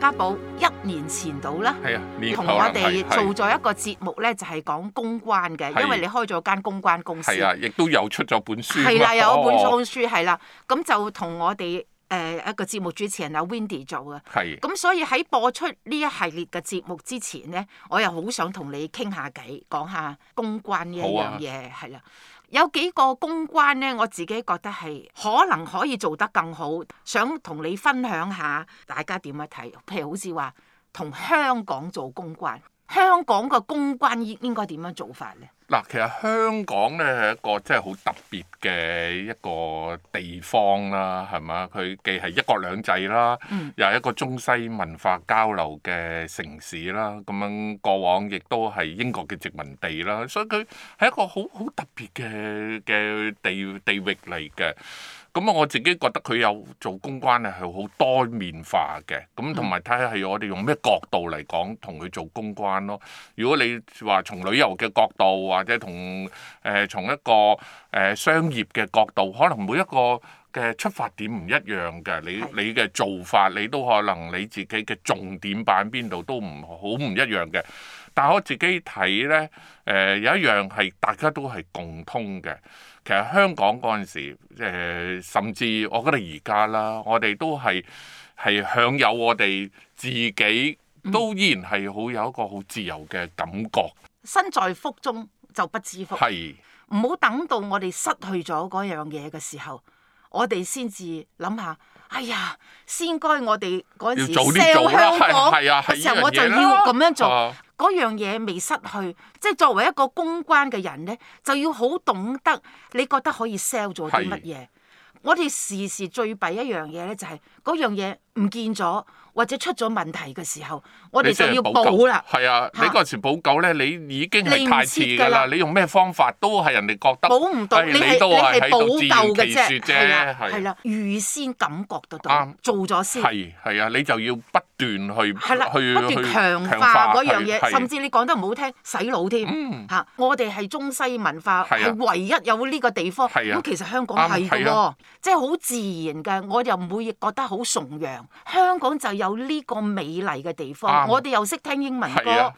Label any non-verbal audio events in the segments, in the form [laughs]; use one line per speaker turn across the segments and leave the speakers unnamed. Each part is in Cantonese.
家寶一年前到啦，
係啊，年頭
同我
啦
哋
係
做
係
咗一個節目咧，就係講公關嘅，
係
因為你開咗間公關公司，
係啊，亦都有出咗本書㗎。
係啦，有一本
哦
書書係啦，咁就同我哋誒一個節目主持人阿 Windy 做嘅。
係
咁所以喺播出呢一系列嘅節目之前呢，我又好想同你傾下偈，講下公關呢一
好啊
樣嘢，係啦、有幾個公關呢，我自己覺得係可能可以做得更好，想同你分享下大家點樣睇。譬如好似話同香港做公關，香港嘅公關應應該點樣做法呢？
嗱，其實香港咧係一個真係好特別嘅一個地方啦，係嘛？佢既係一國兩制啦，
嗯
又係一個中西文化交流嘅城市啦。咁樣過往亦都係英國嘅殖民地啦，所以佢係一個好好特別嘅嘅地地域嚟嘅。咁啊，我自己覺得佢有做公關咧係好多面化嘅，咁同埋睇下係我哋用咩角度嚟講同佢做公關咯。如果你話從旅遊嘅角度，或者同誒、呃、從一個誒、呃商業嘅角度，可能每一個嘅出發點唔一樣嘅，你
係
你嘅做法，你都可能你自己嘅重點擺喺邊度都唔好唔一樣嘅。但係我自己睇呢，誒、有一樣係大家都係共通嘅。其實香港嗰陣時，誒、甚至我覺得而家啦，我哋都係係享有我哋自己都依然係好有一個好自由嘅感覺，
身在福中就不知福。
係
唔好等到我哋失去咗嗰樣嘢嘅時候，我哋先至諗下，哎呀，先該我哋嗰陣時
要早啲做
sell 香
啦
港
係係啊係
嘅時候，
呢樣
我就
嘢
要
啦
咁樣做。
啊
嗰樣嘢未失去，即係作為一個公關嘅人呢，就要好懂得你覺得可以 sell 咗啲乜嘢。我哋時時最弊一樣嘢呢，就係嗰樣嘢唔見咗或者出咗問題嘅時候，我哋
你
就
真係
要
救
補啦。
係啊，
嚇
你嗰時補救咧，你已經
你
係
唔
太
切
遲
㗎
㗎
啦
啦。你用咩方法都係人哋覺得
保唔到，
哎
你係
都
你係
喺度
補
自
救
圓
嘅啫，
其説
係啦
啫，，
係
係。
啦，預先感覺得到
啱，
做咗先，
係係啊，你就要不斷去
係啦，
去
不斷
去
強化嗰樣
係係
嘢，甚至你講得唔好聽，洗腦添
嗯
嚇。我哋係中西文化
係啊
係唯一有呢個地方，
係啊
咁其實香港
啱
係嘅
係
喎
啊，
即係好自然嘅，我又唔會覺得好崇洋。香港就有呢個美麗嘅地方，
啱
我哋又識聽英文
係
歌
啊。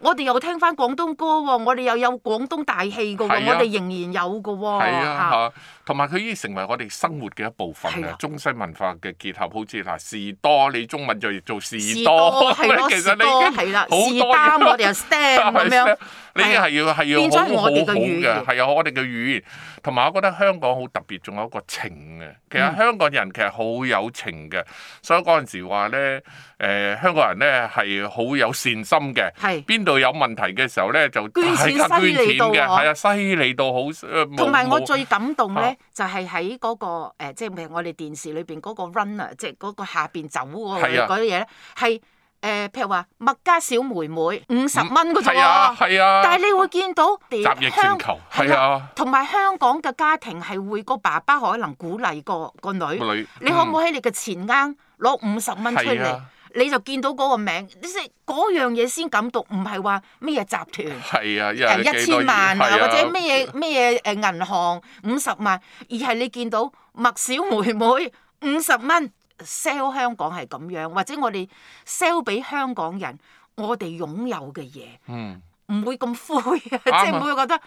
我哋又聽翻廣東歌喎，我哋又有廣東大戲嘅喎，
係啊
我哋仍然有嘅喎。
係啊，
嚇
嚇同埋佢已經成為我哋生活嘅一部分
係
啦
啊。
中西文化嘅結合，好似嗱士多，你中文就譯做士
士
多， [laughs]
多係咯，
其
士多
實你
係
已經
啦
好，多
士
嘢
丹我哋又 stand 咁樣，
你
係啊
[laughs] 係要係要
變
好
咗係
好好
我哋嘅語言
嘅，係啊，我哋嘅語言，同埋我覺得香港好特別，仲有一個情嘅。其
嗯
實香港人其實好有情嘅，所以嗰陣時話咧，誒、香港人咧係好有善心嘅。
係。
邊度有問題嘅時候咧，就
捐
大
錢
家
犀
捐
利
錢
到
嘅，
喎
係啊，犀利到好呃冇
同埋我
冇
最感動
啊
咧，就係喺嗰個誒，即係譬如我哋電視裏邊嗰個 runner，即係嗰個下邊走嗰個
係啊
嗰啲嘢咧，係誒譬如話麥家小妹妹五十蚊嗰啫
係啊，
喎，
係啊，
但係你會見到
集
哋
腋
香
全球，
係
係
啦
啊，
同埋香港嘅家庭係會個爸爸可能鼓勵個個女。
個女，
你可唔
可
可以喺你嘅前啱攞五十蚊出
係
嚟
啊？
你就見到嗰個名，即係嗰樣嘢先感動，唔係話咩嘢集團
係啊，因
誒
為
呃一
幾多
千萬啊，
係
或者咩嘢咩嘢誒銀行五十萬，而係你見到麥小妹 [laughs] 妹五十蚊 sell 香港係咁樣，或者我哋 sell 俾香港人我哋擁有嘅嘢，
嗯，
唔會咁灰啊， [laughs] 即
啱啊
係唔會覺得。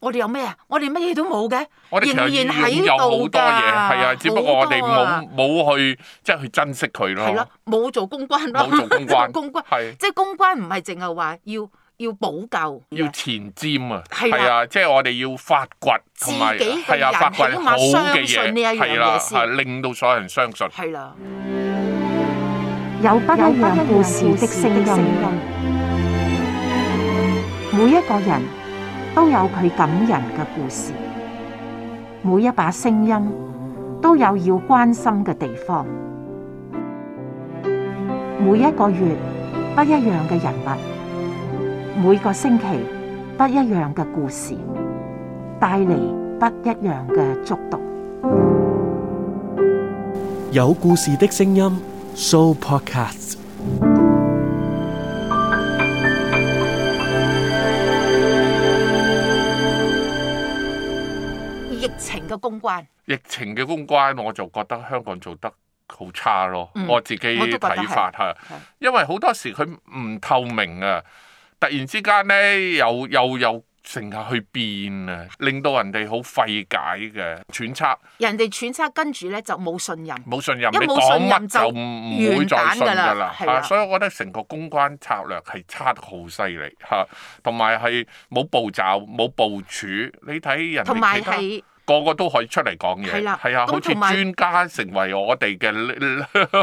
我哋有咩啊？我哋乜嘢都冇嘅，
我哋其
仍
實
然喺
擁有好
度㗎。
多嘢，係啊，只不過
好
我
多
哋
啊
冇冇去即係去珍惜佢
係咯
咯，，
冇做公關咯，
冇做公關，
[laughs] 公關
係
即係公關唔係淨係話要要補救，
要前瞻啊，
係啦
係啊，即係我哋要發掘
自己
同埋
嘅
係啊，
人
發掘
起碼
好嘅
相
嘢
信呢一樣嘢
係啦，
先
係令到所有人相信。
係啦。
有不一樣故事的聲音，每一個人都有佢感人嘅故事，每一把聲音都有要關心嘅地方。每一個月不一樣嘅人物，每個星期不一樣嘅故事，帶嚟不一樣嘅觸動。
有故事的聲音，Show Podcast。
疫情嘅公關，
疫情嘅公關，我就覺得香港做得好差咯。
嗯
我自己
我都覺得係
睇法嚇
係，
因為好多時佢唔透明啊，突然之間咧又又又成日去變啊，令到人哋好費解嘅揣測，
人哋揣測跟住咧就冇信任。
冇信任，
一
你
冇
講
信任
乜
就
就唔會再信
完蛋㗎啦
㗎啦
係啦
嚇。所以我覺得成個公關策略係差得好犀利嚇，同埋係冇步驟冇部署，你睇人哋
同埋
其他
係
個個都可以出嚟講嘢，
係啦
係啊，
咁
好似
同埋
專家成為我哋嘅，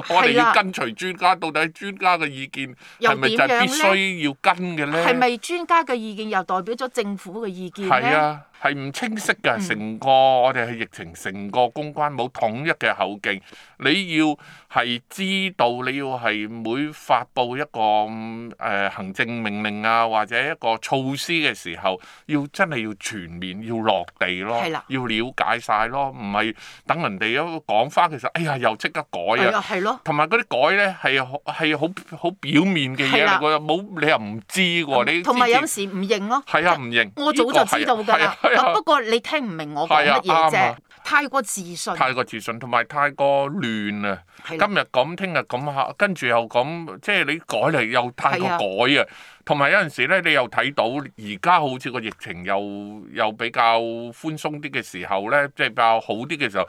[laughs]
我哋要跟隨專家，到底專家嘅意見
又
係咪就
點樣
係
呢
必須要跟嘅咧？
係咪專家嘅意見又代表咗政府嘅意見
係
咧？
啊，係唔清晰
嗯
㗎，成個我哋係疫情，成個公關冇統一嘅口徑。你要係知道，你要係每發布一個誒、呃行政命令啊，或者一個措施嘅時候，要真係要全面，要落地咯
係啦，
要了解晒咯，唔係等人哋一講翻，其實哎呀又即刻改
係
啊
啊，。係咯。
同埋嗰啲改咧係好係好好表面嘅嘢
係啦
嚟，佢又冇你又唔知喎，你
同埋有
之前
時唔認咯。
係啊，唔認。
我早就知道㗎啦。
呢個係啊係啊係啊
不過你聽唔明我講乜
係啊
嘢
啱
啫
啊，
太過自信。
太過自信，同埋太過亂啊！
係
今
啦，
日咁，聽日咁下，跟住又咁，即係你改嚟又太過改啊！同埋有陣時咧，你又睇到而家好似個疫情又又比較寬鬆啲嘅時候咧，即係比較好啲嘅時候，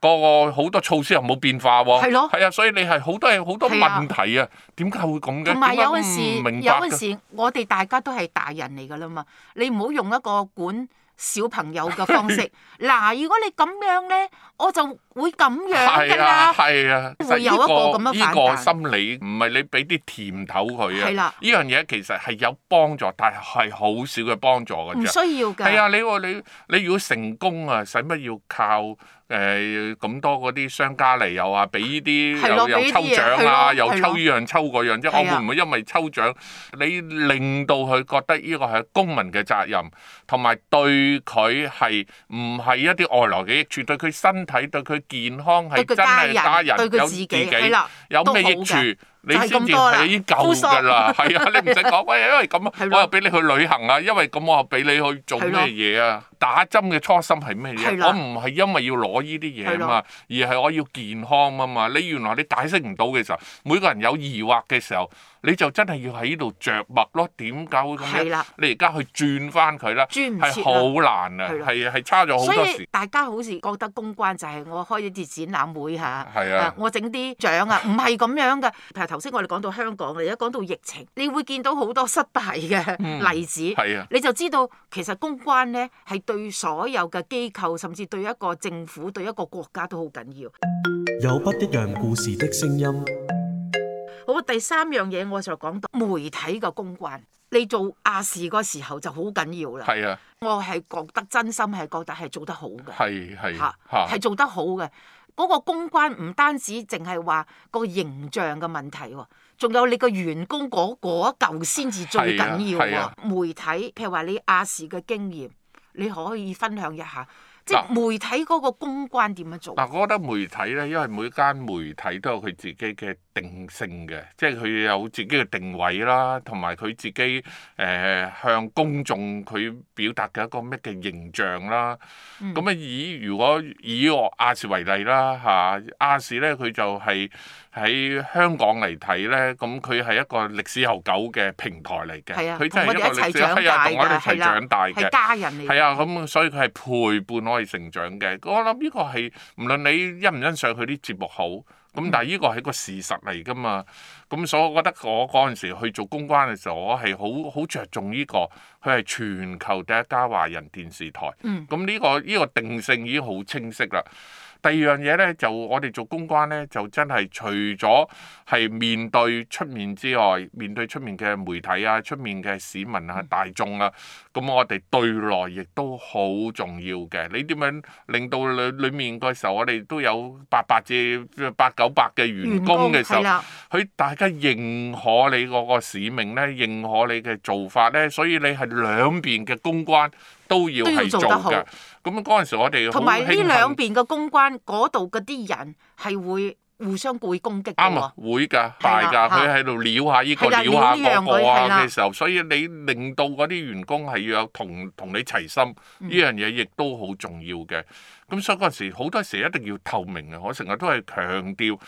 個個好多措施又冇變化喎。
係咯
係啊，所以你係好多嘢好多
係啊
問題啊！點解會咁嘅？
同埋有陣
點解唔
時，
明
有
白
陣
嘅
時我哋大家都係大人嚟㗎啦嘛，你唔好用一個管小朋友嘅方
[laughs]
式。嗱，如果你咁樣咧，我就會咁樣㗎
係啊，
啦。
係啊，
會有一個咁樣
呢
反
個
彈
心理唔係你俾啲甜頭佢啊。
係啦
呢樣嘢其實係有幫助，但係係好少嘅幫助
唔
㗎啫。
需要
係啊，
㗎，
你話你你如果成功啊，使乜要靠誒咁、多嗰啲商家嚟又啊話俾呢啲
係咯
又又
俾
抽
呢啲嘢
獎
係咯
啊，又
係咯
抽呢樣抽嗰樣
係
啫？我
啊
會唔會因為抽獎你令到佢覺得呢個係公民嘅責任，同埋對佢係唔係一啲外來嘅益處，對佢身體、對佢健康係
對佢
真
家
係家人
人，對
有
佢
自
自
己
己係啦，
有咩
都
益
好
處
㗎？
你
就係咁
先至
多啦
係已經夠㗎啦，
[laughs]
係啊，你唔使講喂，因
係
為咁啊
咯
我又俾你去旅行啊，因為咁我又俾你去做
係
咩
咯
嘢啊？打針嘅初心係咩
係
嘢？
啦
我唔係因為要攞呢啲嘢啊嘛，而係我要健康啊嘛。你原來你解釋唔到嘅時候，每個人有疑惑嘅時候，你就真係要喺呢度着墨咯。點解會咁
係
樣？
啦，
你而家去轉翻佢啦，
轉唔切
係
啦
好難啊
係，啦
係係差咗好
所
多
以
時。
大家好似覺得公關就係我開咗啲展覽會嚇，
係啊
我整啲獎啊，唔係咁樣嘅。譬如頭先我哋講到香港，你而家講到疫情，你會見到好多失敗
嗯
嘅例子，
係啊，
你就知道其實公關呢係對所有嘅機構，甚至對一個政府、對一個國家都好緊要。
有不一樣故事的聲音，
好，第三樣嘢我就講到媒體嘅公關，你做亞視嗰時候就好緊要啦。
係啊，
我係覺得真心係覺得係做得好嘅。
係係
嚇
嚇
係做得好嘅。嗰、個公關唔單止淨係話個形象嘅問題喎，仲有你個員工嗰嗰一嚿先至最緊要
係
喎
啊。
媒體譬如話你亞視嘅經驗，你可以分享一下，即係
嗱
媒體嗰個公關點樣做？
嗱，我覺得媒體咧，因為每間媒體都有佢自己嘅定性嘅，即係佢有自己嘅定位啦，同埋佢自己誒、呃向公眾佢表達嘅一個咩嘅形象啦。
嗯
咁啊、以如果以我亞視為例啦嚇、亞視咧佢就係喺香港嚟睇咧，咁佢係一個歷史悠久嘅平台嚟嘅，
係啊，
佢
同
真係
我
一
哋一
個歷
齊
史，
長
係啊，
大
同我哋
嘅，
一齊
係啦
長，大嘅
係。家人嚟。
係啊，咁所以佢係陪伴我哋成長嘅。我諗呢個係唔論你欣唔欣賞佢啲節目好，咁但係呢個係一個事實嚟㗎嘛。咁所以我覺得我嗰陣時去做公關嘅時候，我係好好着重呢、個，佢係全球第一家華人電視台。
嗯
咁呢、個呢、個定性已經好清晰啦。第二樣嘢咧，就我哋做公關咧，就真係除咗係面對出面之外，面對出面嘅媒體啊、出面嘅市民
嗯
啊、大眾啊，咁我哋對內亦都好重要嘅。你點樣令到裏裏面嘅時候，我哋都有八百至八九九百嘅員工嘅時
係
候，
啦，
佢大家認可你嗰個使命咧，認可你嘅做法咧，所以你係兩邊嘅公關都要
都要
係
做
做
得好
嘅。咁嗰陣時我哋好
同埋呢
慶幸
兩邊嘅公關嗰度嗰啲人係會互相會攻擊嘅
啱
喎
啊，，會㗎，
哦係啦
大
嚇
㗎，佢喺度撩下呢個
係啦
撩下
撩
嗰
呢樣
個
佢係
啊
啦
嘅時候，所以你令到嗰啲員工係要有同同你齊心，
嗯
呢樣嘢亦都好重要嘅。咁所以嗰陣時好多時一定要透明啊！我成日都係強調，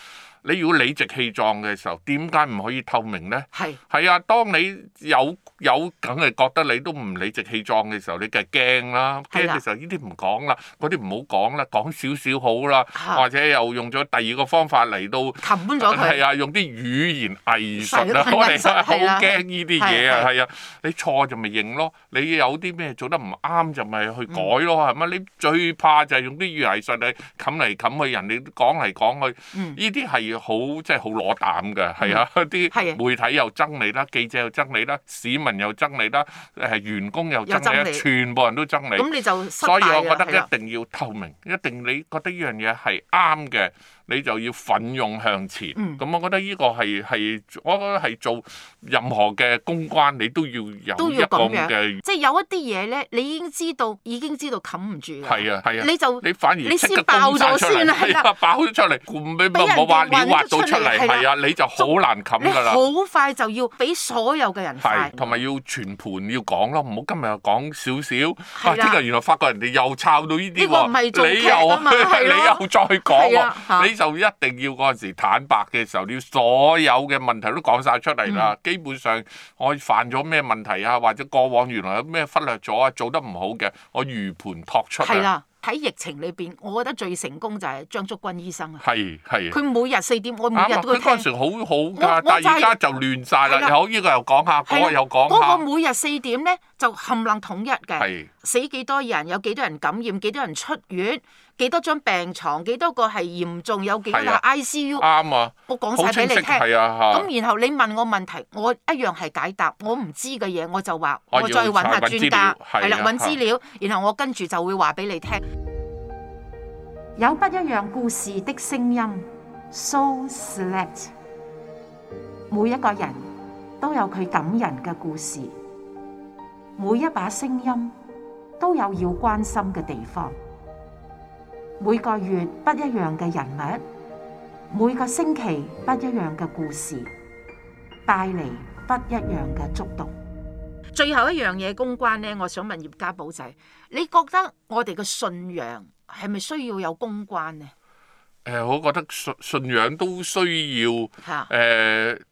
你要理直氣壯嘅時候，點解唔可以透明呢？
係
係啊，當你有有梗係覺得你都唔理直氣壯嘅時候，你梗係驚啦，
係
驚
啦
嘅時候呢啲唔講啦，嗰啲唔好講啦，講少少好啦，
嚇
或者又用咗第二個方法嚟到。
冚啊咗佢
係，啊，用啲語言藝
係
術
[laughs] 啦
啊，我哋
係啦
係好
係啦
驚呢啲嘢
係
啊，
係
係啊，你錯就咪認咯，你有啲咩做得唔啱就咪去改咯，係咪？你最怕就係用啲語言藝術嚟冚嚟冚去，人哋講嚟講去，
嗯
呢啲係好即係好攞膽嘅，係啊， [laughs]
係啊
啲媒體又憎你啦，記者又憎你啦，市民又憎你啦，誒員工又憎你
又憎
啦，
你
全部人都憎你
咁。你就失
所以我
敗
覺
啦，係啦
得一定要透明，一定你覺得呢樣嘢係啱嘅，你就要奮勇向前。咁、
嗯
我覺得呢個係係，我覺得係做任何嘅公關，你都要有
都
一
要
個
咁
咁
樣
嘅
即係有一啲嘢咧，你已經知道，已經知道冚唔住㗎啦。
係啊係啊。
你就
你反而
你先
即刻
爆
攻晒
咗
出嚟 [laughs]
先啦
係
係啦
啊，爆咗出嚟，你
俾人
冇挖料
哋
挖
挖
到
咗
出
出嚟
嚟，係啊，你就好難冚
你
㗎啦。
好快就要俾所有嘅人快
係，，同埋要全盤要講咯，唔好今日又講少少，
係
啊
啦
聽日原來發覺人哋又抄到呢
呢
啲
個唔係做
喎，你
劇啊
[laughs]
嘛係
又
咯
你又再講
係啊嚇
喎，你就一定要嗰陣時坦白嘅時候，你要所有嘅問題都講晒出嚟
嗯
啦。基本上我犯咗咩問題啊，或者過往原來有咩忽略咗啊，做得唔好嘅，我如盤托出
係
啊。
啦。喺疫情裏邊，我覺得最成功就係張竹君醫生啊！
係係。
佢每日四點，我每
啱
日
啊！
都
佢嗰陣
聽
時。好好
我我
㗎，但
就
係
係
而家就亂晒啦。
係啦
又呢個又講下，嗰
啦
個又講
啊嗰個
下，
每日四點咧就冚唪唥統一嘅，
係
死幾多人，有幾多人感染，幾多人出院，幾多張病床，幾多個係嚴重，有幾多個
係
係
啊
ICU，
啱啊！
我講
好
晒
清
俾
晰
你聽。
係啊嚇。
咁然後你問我問題，我一樣係解答。我唔知嘅嘢我就話，
我
我
要
再揾下
再揾
專家，
資料係啊
係啦，揾
嚇
資料，然後我跟住就會話俾你聽。
有不一樣故事的聲音，So select。每一個人都有佢感人嘅故事，每一把聲音都有要關心嘅地方。每個月不一樣嘅人物，每個星期不一樣嘅故事，帶嚟不一樣嘅觸動。
最後一樣嘢公關咧，我想問葉家寶仔，你覺得我哋嘅信仰係咪需要有公關呢？
誒、我覺得信信仰都需要誒、
嚇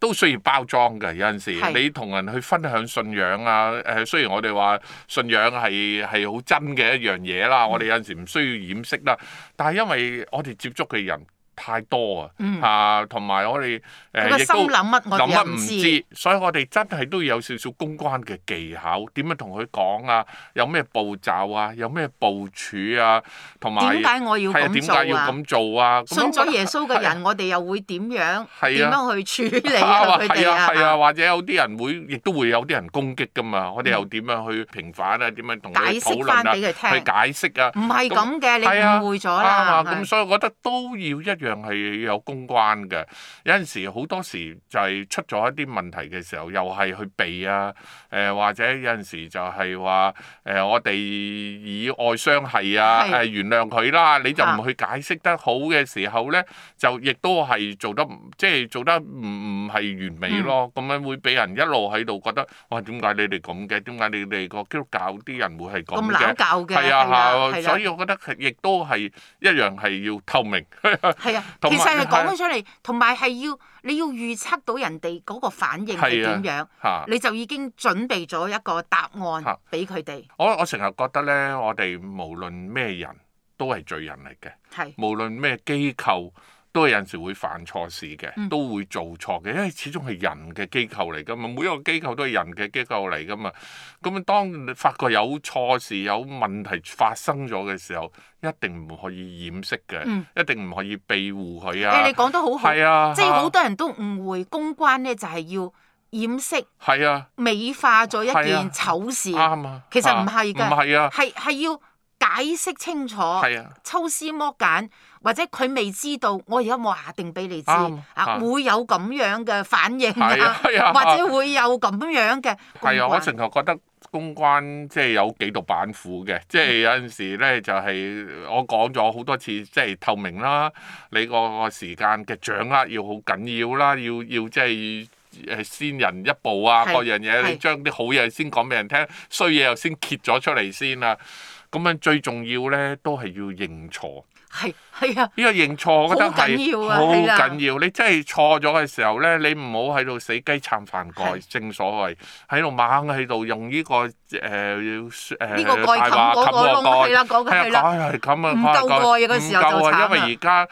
都需要包裝嘅。有陣時
係
你同人去分享信仰啊，誒、雖然我哋話信仰係係好真嘅一樣嘢
嗯
啦，我哋有陣時唔需要掩飾啦，但係因為我哋接觸嘅人太多啊，
嗯
啊，同埋我哋
佢個
誒亦
心
都。
諗乜我哋
諗乜
又
啊唔
唔知。
知，所以我哋真係都要有少少公關嘅技巧，點樣同佢講啊？有咩步驟啊？有咩部署啊？同埋
點解我要
係啊點
咁做
解要
啊？
咁做啊？咁
信
我覺
咗
得
耶穌嘅人，我哋又會點樣
係啊
點樣去處理
啊
啊
話
佢
[laughs] 係
哋
啊係啊，
啊？
或者有啲人會，亦都會有啲人攻擊噶嘛。我哋又點樣去平反啊？點樣
嗯
同
解
佢討
釋
論
翻
啊？
俾佢
去
聽，
解釋啊？
唔係咁嘅，你
係啊
誤會咗
啱
啦
啊！。
係
咁所以我覺得都要一樣係有公關嘅。有陣時好多時就係出咗一啲問題嘅時候，又係去避啊。誒、或者有陣時就係話誒，我哋以愛相係啊，誒、
係
原諒佢啦。你就
啊
唔去解釋得好嘅時候咧，就亦都係做得唔即係做得唔唔係完美咯。
嗯
咁、樣會俾人一路喺度覺得哇，點解你哋咁嘅？點解你哋個基督教啲人會係
咁
咁嘅
撈？教嘅，
係
係啦
啊，
係
係，
啦
所以我覺得係亦都係一樣係要透明，
係啊，
同
其
埋
實係講咗出嚟，同埋係要你要預測到人哋嗰個反應係
係啊啊
點樣，
嚇。
你就已經準備咗一個答案
嚇
俾佢哋，
我我成日覺得咧，我哋無論咩人都係罪人嚟嘅，
係
無論咩機構都係有陣時會犯錯事嘅，
嗯
都會做錯嘅，因為始終係人嘅機構嚟噶嘛，每一個機構都係人嘅機構嚟噶嘛。咁當你發覺有錯事、有問題發生咗嘅時候，一定唔可以掩飾嘅，
嗯
一定唔可以庇護佢
誒
啊
你。講得好好，
係啊，
即係好多人都誤會公關咧就係要掩飾
係啊。
美化咗一
係
件
啊
醜事，
啱啊，
其實唔
啊
係㗎哦
唔係啊，
係係要解釋清楚，
係啊，
抽絲剝繭，或者佢未知道，我而家冇下定俾你知，
啱
啊
啊
會有咁樣嘅反應
係啊係啊
[laughs] 或者會有咁樣嘅公
係啊，
關。
我成日覺得公關即係有幾道板斧嘅，即
嗯
係有陣時咧就係、我講咗好多次，即係透明啦，你個個時間嘅掌握要好緊要啦，要要即係。誒先人一步啊，
係
各樣嘢
係
你將啲好嘢先講俾人聽，衰嘢又先揭咗出嚟先啦。咁樣最重要咧，都係要認錯。
係係啊，
呢個認錯，我覺得
好緊要
係
啊
好
係啦
緊要。你真係錯咗嘅時候咧，你唔好喺度死雞撐飯蓋，
係
正所謂喺度猛喺度用呢個誒誒
呢個蓋冚
大話
嗰個窿係
冚
啦，嗰個
個蓋，
係
係
啦，
啊，係咁啊，
唔
蓋
夠
蓋
蓋嘅嗰時候
唔夠
就慘
啊
啦
因為而家。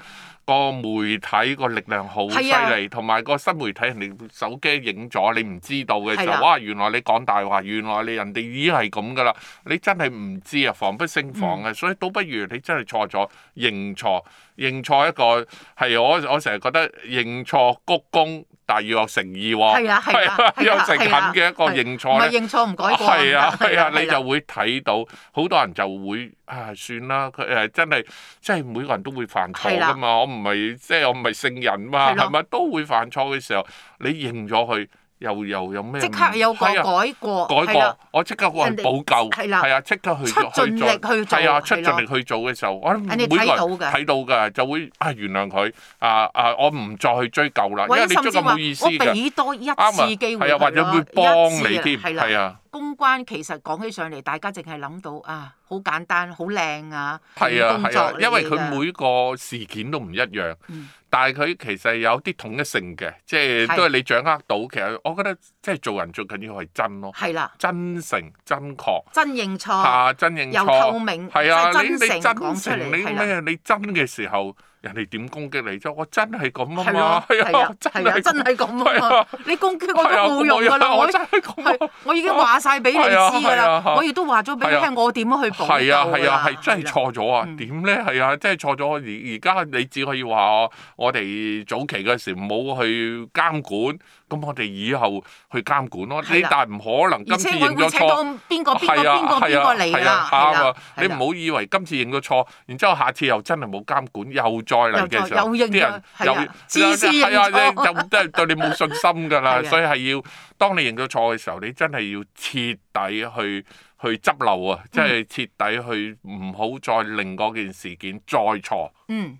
個媒體個力量好犀
係啊
利，同埋個新媒體人哋手機影咗，你唔知道嘅時
係啦
候，哇！原來你講大話，原來你人哋已經係咁噶啦，你真係唔知啊，防不勝防
嗯
啊，所以倒不如你真係錯咗，認錯，認錯一個係我我成日覺得認錯鞠躬，但係要有誠意喎，
係啊係啊
係 [laughs] 啊
係
要有
啊
誠
係啊
懇嘅一個
係
認
唔 [laughs]
錯
係
咧。
認錯唔改過啊
係啊，係啊，你
係
就會睇到好多人就會啊，算啦，佢誒真係，即係每個人都會犯錯
係啦
噶嘛，我唔係即係我唔係聖人嘛，
係咯
係咪都會犯錯嘅時候，你認咗佢，又又有咩唔？
即刻有個
係啊
改過，
改
係啦
過，我即刻話
人哋
補救，
係啦
係啊，即刻去
出盡
去做，
力去做係
係啊，
咯
出盡力去做嘅時候，我諗
人哋
每個人
睇到嘅
睇到嘅就會啊原諒佢啊啊，我唔再去追究啦，因
或
為
者
你
甚
追
至
究
話
冇意思
我
嘅，
俾多一
啱啊，
次機會
係啊，
佢
或者
咯
會幫你添，
一次啦
係啊。
公關其實講起上嚟，大家淨係諗到啊，好簡單，好靚啊，
係啊
工
係
作
啊
嚟，
因為佢
㗎
每個事件都唔一樣，
嗯
但係佢其實有啲統一性嘅，即
係
係都係你掌握到。其實我覺得即係做人最緊要係真咯，
係啦，
真誠、真確、
真認錯，
下真認
哦又透
錯，
明，
係啊！你
即
你
係真
真
誠講出
誠，
嚟，
你
係啦。
咩？你真嘅時候，人哋點攻擊你啫？我真係咁啊
係
嘛
咯，，
係 [laughs] 啊，真
係啊，
係
真
咁
係咁
係
啊
啊！
你攻擊我都
係啊
冇用㗎啦，
[laughs] 我
我
真係咁
係
啊
我已經話晒俾你知㗎
係啊係啊係
啦，
啊
我亦都話咗俾你
係
聽，我點樣去補
係啊
救㗎
係啊
啦
係真係
啦
錯咗啊
嗯！
點咧係啊真係錯咗。而而家你只可以話我我哋早期嗰時冇去監管，咁我哋以後去監管咯。
係
你
啦
但係唔可能今
而
次
且
認
我會
咗
請到
錯。
邊個邊個
係
邊
啊，
個
係
邊
啊，
個嚟
係
㗎啦，
啊，
係
啱
啦
啊！你唔好以為今次認咗錯，然之後下次又真係冇監管，又再嚟嘅時候，
又再又認
啲人
咗
又
係啊自私認錯
係啊，你就真係對你冇信心
[laughs] 係
㗎
啊
啦。所以係要，當你認咗錯嘅時候，你真係要徹底去去執漏啊，即
嗯
係徹底去唔好再令嗰件事件再錯。
嗯，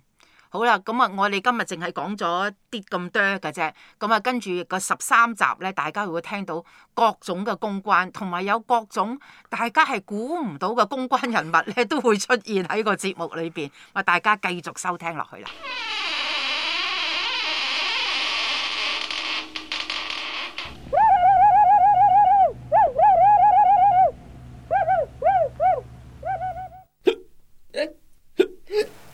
好啦，咁啊，我哋今日淨係講咗啲咁多嘅啫，咁啊，跟住個十三集咧，大家會聽到各種嘅公關，同埋有各種大家係估唔到嘅公關人物咧，都會出現喺個節目裏邊，啊，大家繼續收聽落去啦。